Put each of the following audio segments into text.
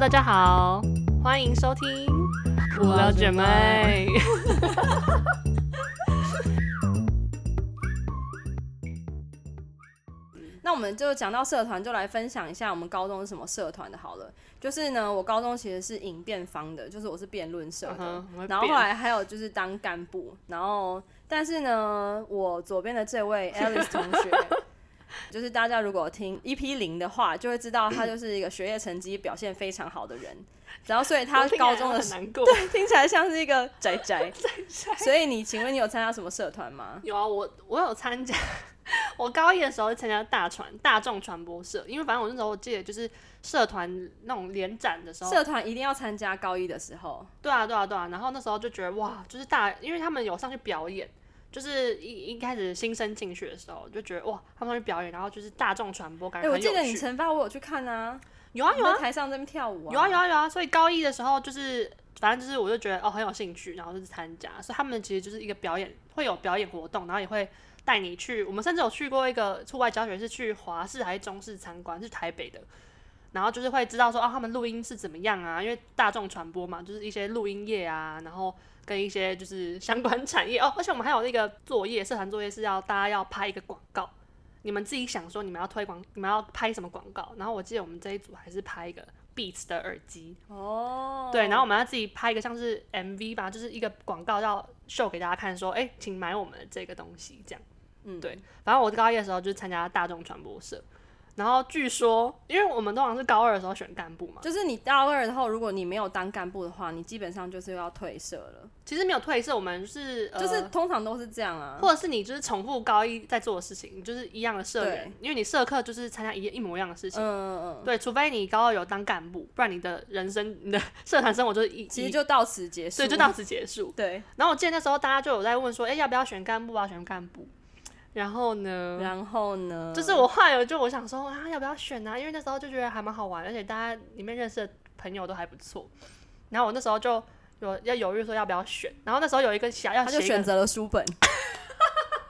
大家好，欢迎收听无聊姐妹。那我们就讲到社团，就来分享一下我们高中是什么社团的好了。就是呢，我高中其实是影辩方的，就是我是辩论社的。嗯哼我会然后变后来还有就是当干部，然后但是呢，我左边的 这位 Alice 同学，就是大家如果听 EP 零的话，就会知道他就是一个学业成绩表现非常好的人。然后所以我他听起来高中的很时难 过。对听起来像是一个宅宅 所以你请问你有参加什么社团吗？有啊，我我有参加， 我高一的时候参加大传大众传播社，因为反正我那时候我记得就是社团那种联展的时候，社团一定要参加，高一的时候。对啊对啊对啊，然后那时候就觉得哇，就是大，因为他们有上去表演。就是一一开始新生进去的时候，就觉得哇，他们上去表演，然后就是大众传播，感哎、觉我很有趣。记得你惩罚我有去看啊，有啊有啊你在台上在那边跳舞啊，有啊有啊有啊，所以高一的时候就是，反正就是我就觉得哦很有兴趣，然后就是参加。所以他们其实就是一个表演，会有表演活动，然后也会带你去。我们甚至有去过一个户外教学，是去华视还是中视参观，是台北的。然后就是会知道说啊，他们录音是怎么样啊？因为大众传播嘛，就是一些录音业啊，然后跟一些就是相关产业哦。而且我们还有那个作业，社团作业是要大家要拍一个广告，你们自己想说你们要推广，你们要拍什么广告？然后我记得我们这一组还是拍一个 Beats 的耳机，哦，对，然后我们要自己拍一个像是 MV 吧，就是一个广告要秀给大家看，说，哎、请买我们的这个东西，这样。嗯对反正我高一的时候就参加大众传播社，然后据说，因为我们通常是高二的时候选干部嘛，就是你大二后，如果你没有当干部的话，你基本上就是要退社了，其实没有退社，我们是、呃、就是通常都是这样啊。或者是你就是重复高一在做的事情，你就是一样的社员因对，为你社课就是参加一一模一样的事情。嗯嗯嗯，对，除非你高二有当干部，不然你的人生、你的 社团生活就是一，其实一就到此结束，对，就到此结束。对，然后我记得那时候大家就有在问说，哎、要不要选干部啊？选干部。然后呢， 然后呢，嗯就是我后来有就我想说啊，要不要选啊？因为那时候就觉得还蛮好玩，而且大家里面认识的朋友都还不错。然后我那时候就有要犹豫说要不要选。然后那时候有一个想要他写就一个选择了书本，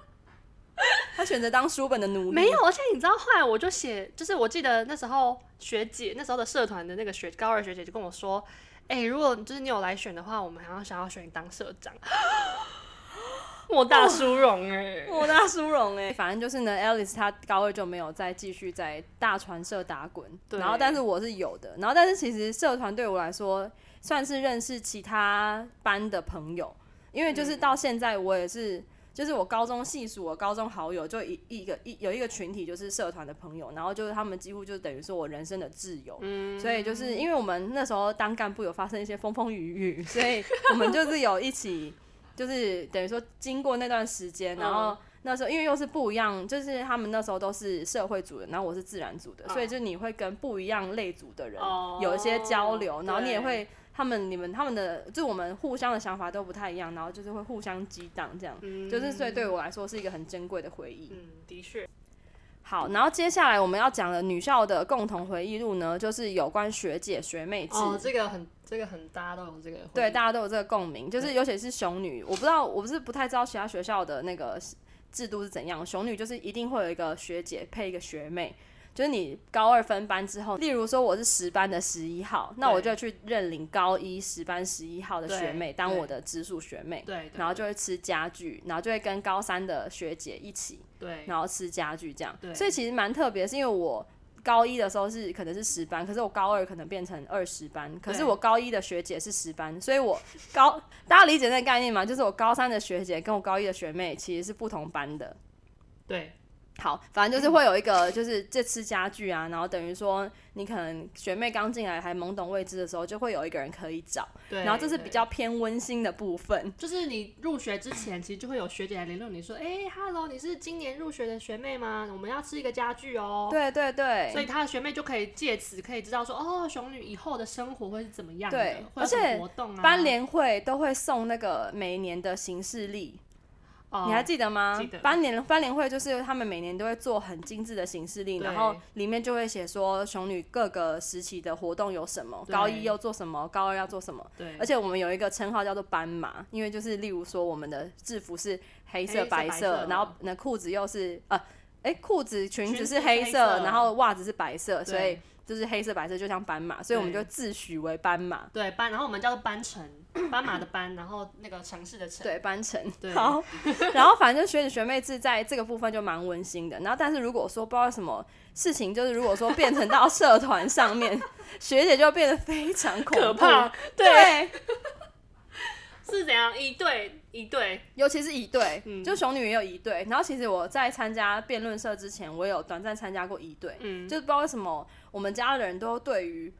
他选择当书本的奴隶，没有，而且你知道，后来我就写，就是我记得那时候学姐那时候的社团的那个学高二学姐就跟我说，哎、如果就是你有来选的话，我们好像想要选你当社 长，莫大殊荣哎、莫大殊荣哎，反正就是呢，Alice 她高二就没有再继续在大传社打滚，对然后但是我是有的，然后但是其实社团对我来说算是认识其他班的朋友，因为就是到现在我也是。就是我高中系数，我高中好友就一一个一有一个群体，就是社团的朋友，然后就是他们几乎就等于说我人生的挚友，所以就是因为我们那时候当干部有发生一些风风雨雨，所以我们就是有一起，就是等于说经过那段时间，嗯然后那时候因为又是不一样，就是他们那时候都是社会组的，然后我是自然组的，嗯所以就你会跟不一样类组的人哦有一些交流，然后你也对会。他们、你们、他们的，就我们互相的想法都不太一样，然后就是会互相激荡，这样，就是所以对我来说是一个很珍贵的回忆。嗯，的确，好，然后接下来我们要讲的女校的共同回忆录呢，就是有关学姐学妹制。哦，这个很，这个很大家都有这个回忆，对，大家都有这个共鸣，就是尤其是熊女，我不知道，我不是不太知道其他学校的那个制度是怎样。熊女就是一定会有一个学姐配一个学妹，就是你高二分班之后，例如说我是十班的十一号，那我就去认领高一十班十一号的学妹对当我的直属学妹，对，对，然后就会吃家具，然后就会跟高三的学姐一起。对，然后吃家具这样对。所以其实蛮特别，是因为我高一的时候是可能是十班，可是我高二可能变成二十班，可是我高一的学姐是十班，所以我高大家理解那个概念吗？就是我高三的学姐跟我高一的学妹其实是不同班的。对，好，反正就是会有一个，就是这吃家具啊，然后等于说你可能学妹刚进来还懵懂未知的时候，就会有一个人可以找，对，然后这是对比较偏温馨的部分。就是你入学之前，其实就会有学姐来联络你说，哎、哈 h e l l o 你是今年入学的学妹吗？我们要吃一个家具哦。对对对，所以她的学妹就可以借此可以知道说，哦，熊女以后的生活会是怎么样的，对会有什么而且活动啊，班联会都会送那个每年的行事历，哦，你还记得吗？记得班联班联会就是他们每年都会做很精致的行事历，对然后里面就会写说熊女各个时期的活动有什么，对高一要做什么，高二要做什么。对，而且我们有一个称号叫做斑马，因为就是例如说我们的制服是黑色、黑色白白色然后那裤子又是呃，哎、裤子裙裙子子是黑是黑色，色然后袜子是白色，所以对这就是黑色白色，就像斑马，所以我们就对自诩为斑马。对斑，然后我们叫做斑城，斑马的斑，然后那个城市的城。对，班城。对好， 然后反正学姐学妹制在这个部分就蛮温馨的。然后，但是如果说不知道什么事情，就是如果说变成到社团 上面，学姐就变得非常恐怖可怕，对，对，是怎样一对一对，尤其是一队，嗯就熊女也有一队。然后其实我在参加辩论社之前，我有短暂参加过一队，嗯，就是不知道为什么我们家人都对于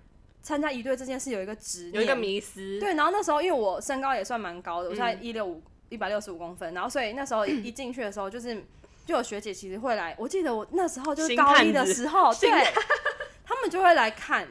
参加一队这件事有一个执念，有一个迷思，对，然后那时候因为我身高也算蛮高的，我在嗯一六五一百六十五公分，然后所以那时候一一进去的时候，就是就有学姐其实会来，我记得我那时候就是新高探一的子时候，新对， 他们就会来看，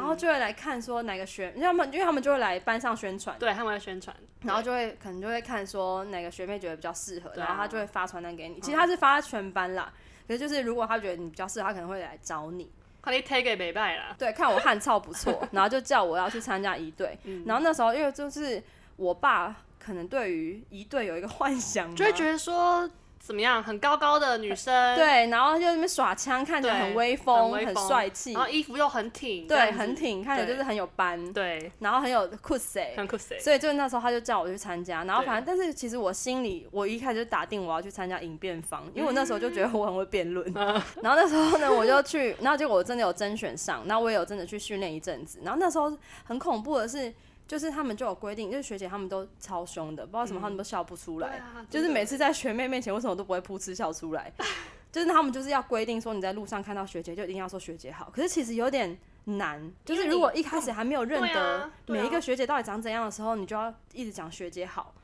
嗯后就会来看说哪个学，因为他们因为他们就会来班上宣传，对，他们要宣传，然后就会可能就会看说哪个学妹觉得比较适合，对啊嗯然后他就会发传单给你，其实他是发全班啦。可是就是，如果他觉得你比较适合，他可能会来找你。快点 take 给北拜啦，对，看我汉操不错，然后就叫我要去参加一队。嗯然后那时候因为就是我爸可能对于一队有一个幻想嘛，就会觉得说怎么样，很高高的女生，，啊对，然后就在那边耍枪，看起来对很威很风、威很风帅气然，后衣服又很挺，这对，样子很，挺，看起来就是对很有班，对，然后很有酷谁。很酷谁，所以就那时候他就叫我去参加，然后对反正但是其实我心里我一开始就打定我要去参加应辩方，因为我那时候就觉得我很会辩论，然后那时候呢我就去， 然后结果我真的有甄选上，然后我也有真的去训练一阵子，然后那时候很恐怖的是，就是他们就有规定，就是学姐他们都超凶的，不知道为什么他们都笑不出对来，啊，就是每次在学妹面前，为什么都不会噗嗤笑出来？ 就是他们就是要规定说，你在路上看到学姐就一定要说学姐好。可是其实有点难，就是如果一开始还没有认对得啊对啊每一个学姐到底长怎样的时候，你就要一直讲学姐好。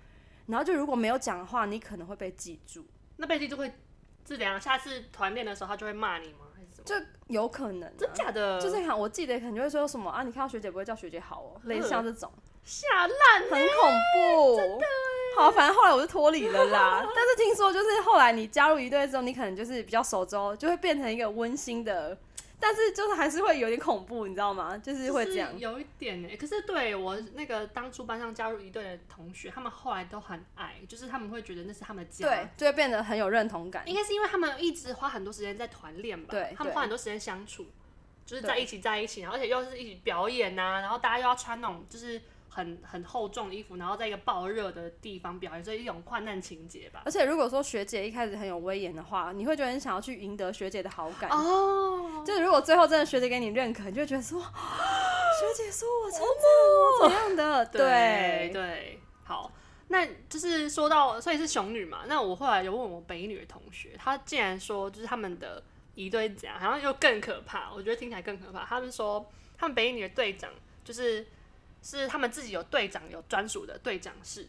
然后就如果没有讲的话，你可能会被记住，那贝蒂就会是怎样，下次团练的时候他就会骂你吗？还是怎么？就有可能、啊。真假的，就是看我记得可能就会说什么啊，你看到学姐不会叫学姐好哦，类似像这种。下烂，很恐怖，好，反正后来我就脱离了 啦。但是听说就是后来你加入一队之后，你可能就是比较熟之后，就会变成一个温馨的，但是就是还是会有点恐怖，你知道吗？就是会这样就。是有一点呢、可是对我那个当初班上加入一队的同学，他们后来都很爱，就是他们会觉得那是他们的家，对，就会变得很有认同感。应该是因为他们一直花很多时间在团练吧，对他们对花很多时间相处，就是在对一起在一起，然后而且又是一起表演呐、然后大家又要穿那种就是很很厚重的衣服，然后在一个爆热的地方表演，所以一种患难情节吧。而且如果说学姐一开始很有威严的话，你会觉得很想要去赢得学姐的好感。哦，就是如果最后真的学姐给你认可，你就会觉得说， 学姐说我称赞我怎样哦的，对对，好，那就是说到，所以是熊女嘛。那我后来有问我北女的同学，她竟然说就是他们的一队怎样，好像又更可怕。我觉得听起来更可怕。他们说他们北女的队长就是是他们自己有队长有专属的队长室。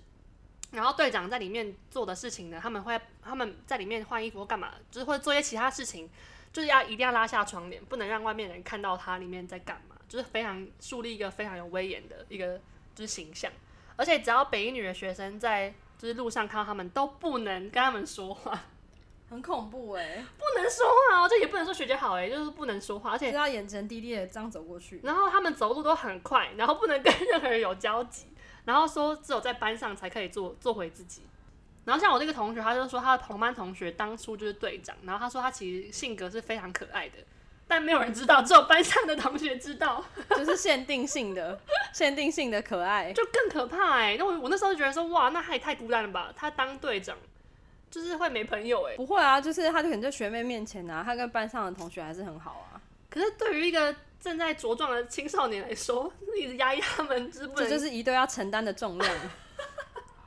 然后队长在里面做的事情呢，他们会他们在里面换衣服或干嘛，就是会做一些其他事情，就是要一定要拉下窗帘，不能让外面人看到他里面在干嘛，就是非常树立一个非常有威严的一个就是形象。而且只要北一女的学生在就是路上看到他们，都不能跟他们说话，很恐怖哎、不能说话哦，这也不能说学姐好哎，就是不能说话，而就且要眼神低低的这样走过去。然后他们走路都很快，然后不能跟任何人有交集，然后说只有在班上才可以做做回自己。然后像我这个同学，他就说他的同班同学当初就是队长，然后他说他其实性格是非常可爱的，但没有人知道，只有班上的同学知道。就是限定性的、限定性的可爱。就更可怕哎、那我我那时候就觉得说，哇，那他也太孤单了吧？他当队长就是会没朋友哎、不会啊，就是他可能在学妹面前啊，他跟班上的同学还是很好啊。可是对于一个正在茁壮的青少年来说，一直压抑他们，就是不这能就是一队要承担的重量。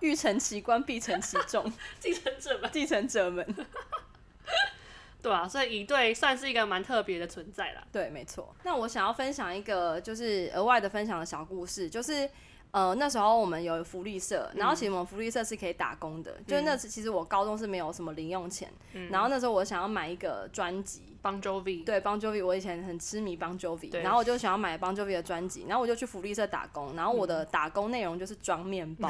欲成其官，必承其重。 继承者吧？继承者们，对啊，所以乙队算是一个蛮特别的存在啦。对，没错。那我想要分享一个，就是额外的分享的小故事，就是呃，那时候我们有福利社，然后其实嗯我们福利社是可以打工的，就是那时其实我高中是没有什么零用钱，嗯然后那时候我想要买一个专辑，邦 Jovi，对邦 Jovi，我以前很痴迷邦 Jovi，对然后我就想要买邦 Jovi 的专辑，然后我就去福利社打工，然后我嗯的打工内容就是装面 包，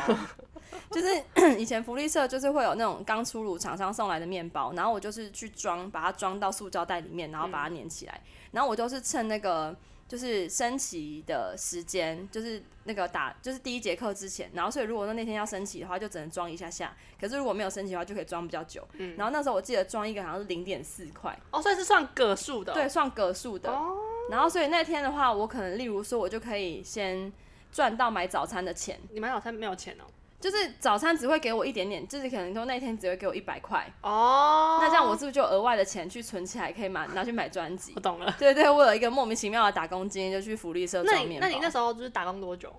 就是 以前福利社就是会有那种刚出炉厂商送来的面包，然后我就是去装，把它装到塑胶袋里面，然后嗯把它粘起来，然后我就是趁那个。就是升旗的时间，就是那个打，就是第一节课之前，然后所以如果说那天要升旗的话，就只能装一下下。可是如果没有升旗的话，就可以装比较久。嗯然后那时候我记得装一个好像是零点四块，哦，所以是算个数的哦、对，算格数的。然后所以那天的话，我可能例如说，我就可以先赚到买早餐的钱，你买早餐没有钱哦、就是早餐只会给我一点点，就是可能说那天只会给我一百块，哦那这样我是不是就额外的钱去存起来，可以买拿去买专辑 我？懂了。对对，我有一个莫名其妙的打工经验，就去福利社那找你面那你那包。时候就是打工多久？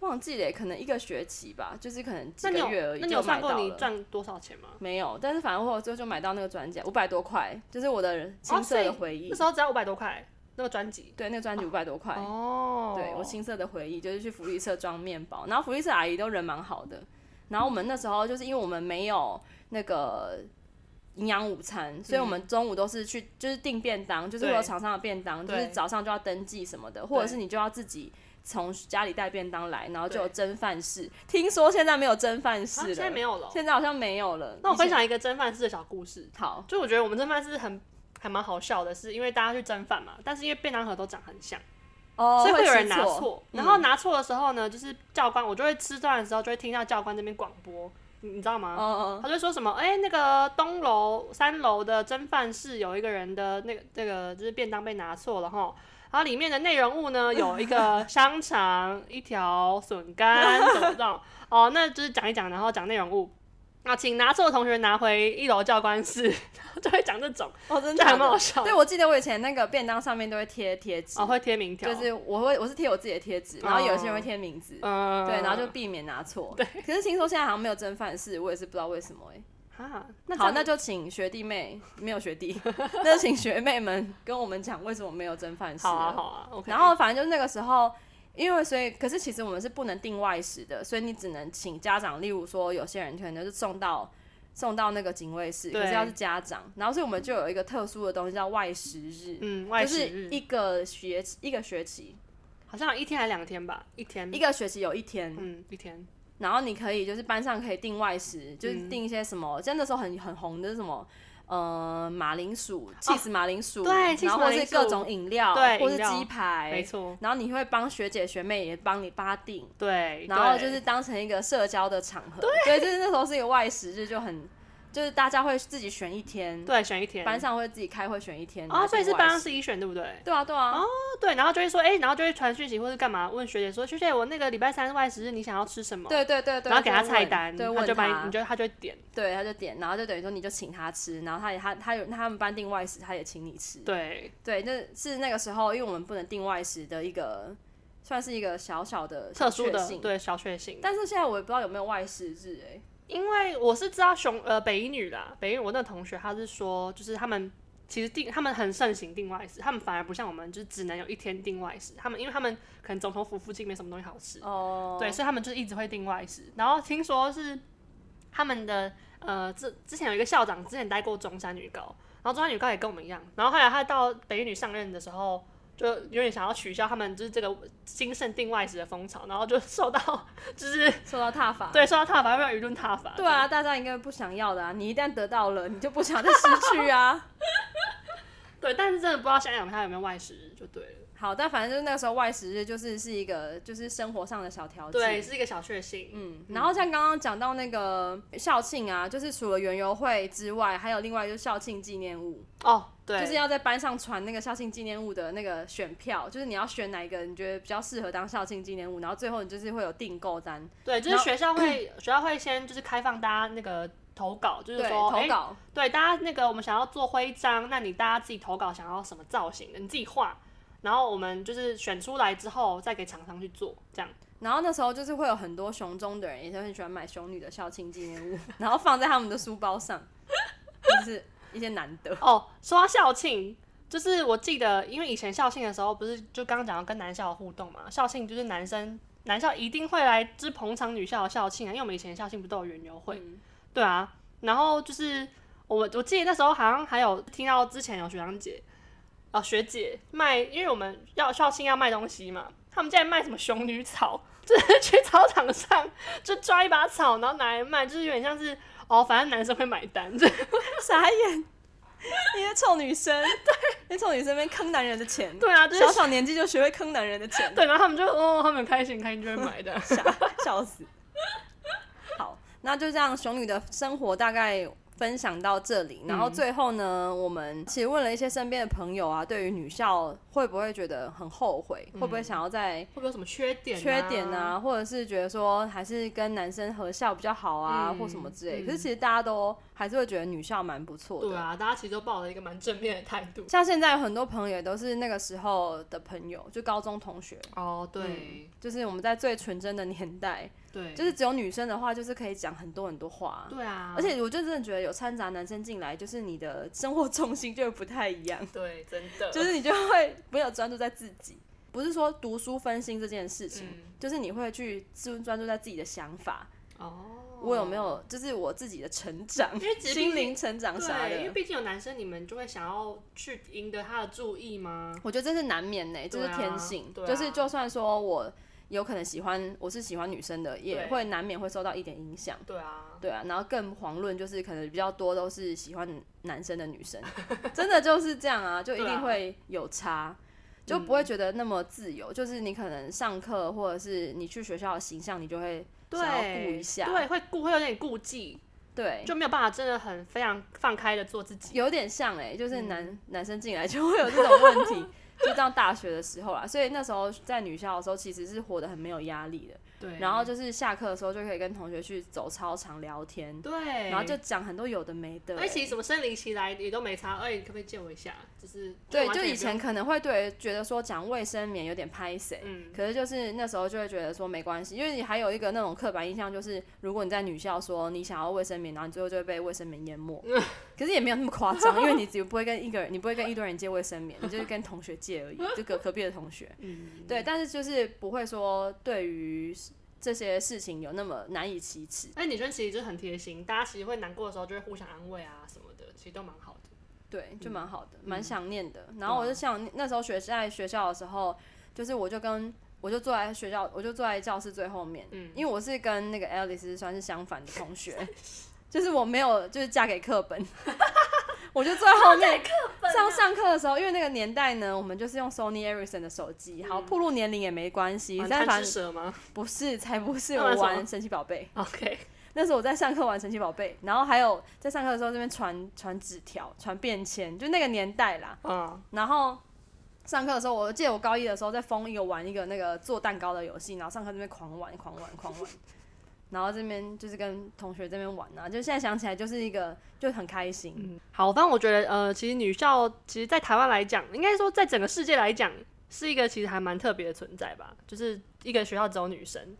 忘记了，可能一个学期吧，就是可能那几你有个月而已。那你有就买算到过你了赚多少钱吗？没有，但是反正我最后就买到那个专辑，五百多块，就是我哦的青涩的回忆。那时候只要五百多块那个专辑。对，那个专辑五百多块。啊哦对我青涩的回忆就是去福利社装面包，然后福利社阿姨都人蛮好的。然后我们那时候就是因为我们没有那个营养午餐，所以我们中午都是去就是订便当，就是会有嗯对厂商的便当，就对是早上就要登记什么的，或者是你就要自己从家里带便当来，然后就有对蒸饭室。听说现在没有蒸饭啊室了，现在没有了哦。现在好像没有了。那我以分前享一个蒸饭室的小故事，好，就我觉得我们蒸饭室很还蛮好笑的是，因为大家去蒸饭嘛，但是因为便当盒都长很像，哦，所以会会有吃人拿错。然后嗯拿错的时候呢，就是教官，我就会吃饭的时候就会听到教官那边广播，你你知道吗？嗯嗯，他就说什么，哎、那个东楼三楼的蒸饭室有一个人的那个那个就是便当被拿错了哈，然后里面的内容物呢有一 个香肠、一条笋干什么的，哦，那就是讲一讲，然后讲内容物。啊，请拿错的同学拿回一楼教官室， 然后就会讲这种，哦，真这的还假蛮好的。笑的。对，我记得我以前那个便当上面都会贴贴纸哦，，会贴名条，就是我会我是贴我自己的贴纸，然后有些人会贴名字，嗯，对，然后就避免拿错。对，可是听说现在好像没有蒸饭室，我也是不知道为什么哎、啊，那这好，样那就请学弟妹没有学弟， 那就请学妹们跟我们讲为什么没有蒸饭室好啊了好啊，OK。然后反正就是那个时候，因为所以，可是其实我们是不能订外食的，所以你只能请家长。例如说，有些人可能就是送到送到那个警卫室，对可是要是家长，然后所以我们就有一个特殊的东西叫外食日，嗯，外就食是日一个学一个学期，好像一天还两天吧，一天一，个学期有一天，嗯，一天，然后你可以就是班上可以订外食，嗯就是订一些什么，像那时候很很红的是什么。呃，马铃薯、cheese 马铃薯，哦对然 cheese 后或马是铃各薯种饮料，对或饮是料鸡排，没错，然后你会帮学姐学妹也帮你帮她订，对，然后对就是当成一个社交的场合，对，所以就是那时候是一个外食日，就很就是大家会自己选一天，对，选一天。班上会自己开会选一天，哦，所以是班班上自己选对不对？对啊对啊，哦，对，然后就会说，哎、然后就会传讯息或是干嘛，问学姐说，学姐，我那个礼拜三外食日你想要吃什么？，对对对对，然后给她就菜问单，对，她问就把你，他你，就她就会点，对，他就点，然后就等于说你就请他吃，然后他也他他有他们班订外食，他也请你吃，对，对，那是那个时候，因为我们不能订外食的一个算是一个小小的特殊小确的幸，对小确幸。但是现在我也不知道有没有外食日哎、因为我是知道熊呃北一女啦，北一女我那个同学她是说，就是他们其实定他们很盛行定外食，他们反而不像我们，就是只能有一天定外食。他们因为他们可能总统府附近没什么东西好吃，哦，对，所以他们就一直会订外食。然后听说是他们的呃，之之前有一个校长之前待过中山女高，然后中山女高也跟我们一样，然后后来他到北一女上任的时候。就有点想要取消他们就是这个兴盛定外食的风潮，然后就受到就是受到 挞伐。对受到挞伐，要舆论挞伐。对啊，大家应该不想要的啊！你一旦得到了，你就不想再失去啊。 对，但是真的不知道想想他有没有外食，就对了。好，但反正就是那个时候外食日就是是一个就是生活上的小调剂。对，是一个小确幸。嗯，然后像刚刚讲到那个校庆啊，就是除了园游会之外，还有另外就是校庆纪念物，哦，对，就是要在班上传那个校庆纪念物的那个选票，就是你要选哪一个你觉得比较适合当校庆纪念物，然后最后你就是会有订购单，对，就是学校会学校会先就是开放大家那个投稿，就是对，说，哎、投稿，对，大家那个我们想要做徽章，那你大家自己投稿想要什么造型的，你自己画，然后我们就是选出来之后再给厂商去做，这样。然后那时候就是会有很多熊中的人，也是很喜欢买熊女的校庆纪念物，然后放在他们的书包上，就是一些难得。哦，说到校庆，就是我记得，因为以前校庆的时候，不是就刚刚讲到跟男校的互动嘛，校庆就是男生男校一定会来，就是捧场女校的校庆啊，因为我们以前校庆不都有园游会，对啊，然后就是我我记得那时候好像还有听到之前有学长姐。哦，学姐卖，因为我们要校庆要卖东西嘛，他们竟然卖什么熊女草， 就是去操场上就抓一把草，然后拿来卖，就是有点像是哦，反正男生会买单，这傻眼，一些臭 女生，对，那臭女生在那边坑男人的钱，对啊，就是小小年纪就学会坑男人的钱，。对，然后他们就哦，他们很开心，开心就会买的 傻，笑死。好，那就这样，熊女的生活大概分享到这里，然嗯后最后呢，我们其实问了一些身边的朋友啊，对于女校会不会觉得很后悔，会不会想要在 会不会有什么嗯缺点、缺点？啊，或者是觉得说还是跟男生合校比较好啊，嗯或什么之类。嗯可是其实大家都还是会觉得女校蛮不错的。对啊，大家其实都抱着一个蛮正面的态度。像现在有很多朋友也都是那个时候的朋友，就高中同学， 哦，对、就是我们在最纯真的年代，对，就是只有女生的话，就是可以讲很多很多话。对啊，而且我就真的觉得有掺杂男生进来，就是你的生活重心就会不太一样， 对，真的就是你就会没有专注在自己。不是说读书分心这件事情，嗯就是你会去专专注在自己的想法，哦，我有没有就是我自己的成长因为，其实毕竟心灵成长啥对，因为的，毕竟有男生，你们就会想要去赢得他的注意吗？我觉得这是难免呢、这对啊是天性，对啊就是就算说我有可能喜欢，我是喜欢女生的，也对会难免会受到一点影响。对啊，对啊，然后更遑论就是可能比较多都是喜欢男生的女生，真的就是这样啊，就一对定啊嗯会有差，就不会觉得那么自由。就是你可能上课或者是你去学校的形象，你就会想要顾对，一下，对，会顾会有点顾忌，对，就没有办法真的很非常放开的做自己。有点像哎、就是嗯男、男生进来就会有这种问题，就到大学的时候啦。所以那时候在女校的时候，其实是活得很没有压力的。对，然后就是下课的时候就可以跟同学去走操场聊天，对，然后就讲很多有的没的、而且其实什么生理期来也都没差，哎、你可不可以借我一下？就是对，完就全也以不用前可能会对觉得说讲卫生棉有点拍谁。嗯，可是就是那时候就会觉得说没关系，因为你还有一个那种刻板印象，就是如果你在女校说你想要卫生棉，然后你最后就会被卫生棉淹 没。可是也没有那么夸张，因为你只不会跟一个人，你不会跟一堆人借卫生棉，你就是跟同学借而已，就隔隔壁的同学。嗯对，但是就是不会说对于这些事情有那么难以启齿。但女生其实就是很贴心，大家其实会难过的时候就会互相安慰啊什么的，其实都蛮好的。对，嗯就蛮好的，蛮、想念的。啊然后我就想，那时候学在学校的时候，就是我就跟我就坐在学校，我就坐在教室最后面，嗯因为我是跟那个 Alice 算是相反的同学， 就是我没有就是嫁给课本， 我就坐在后面。啊上上课的时候，因为那个年代呢，我们就是用 Sony Ericsson 的手机，嗯好，暴露年龄也没关系，但贪反吃正蛇吗 不是，才不是那我玩什么玩神奇宝贝。 ？OK， 那时候我在上课玩神奇宝贝，然后还有在上课的时候这边传传纸条、传便签，就那个年代啦。嗯，然后上课的时候，我记得我高一的时候在疯一个玩一个那个做蛋糕的游戏，然后上课这边狂玩、狂玩、狂玩，然后这边就是跟同学这边玩啊，就现在想起来就是一个就很开心。好，反正我觉得呃，其实女校其实，在台湾来讲，应该说在整个世界来讲，是一个其实还蛮特别的存在吧，就是一个学校只有女生，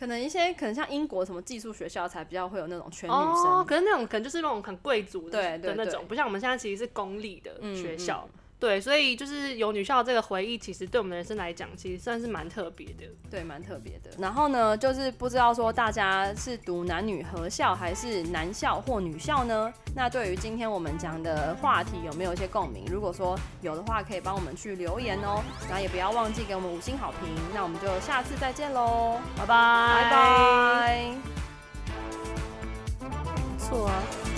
可能一些可能像英国什么寄宿学校才比较会有那种全女生，哦，可是那种可能就是那种很贵族的对对的那对种，不像我们现在其实是公立的嗯学校。对，所以就是有女校这个回忆，其实对我们人生来讲，其实算是蛮特别的。对，蛮特别的。然后呢，就是不知道说大家是读男女合校还是男校或女校呢？那对于今天我们讲的话题有没有一些共鸣？如果说有的话，可以帮我们去留言哦。然后也不要忘记给我们五星好评。那我们就下次再见喽，拜拜，拜拜。不错啊。嗯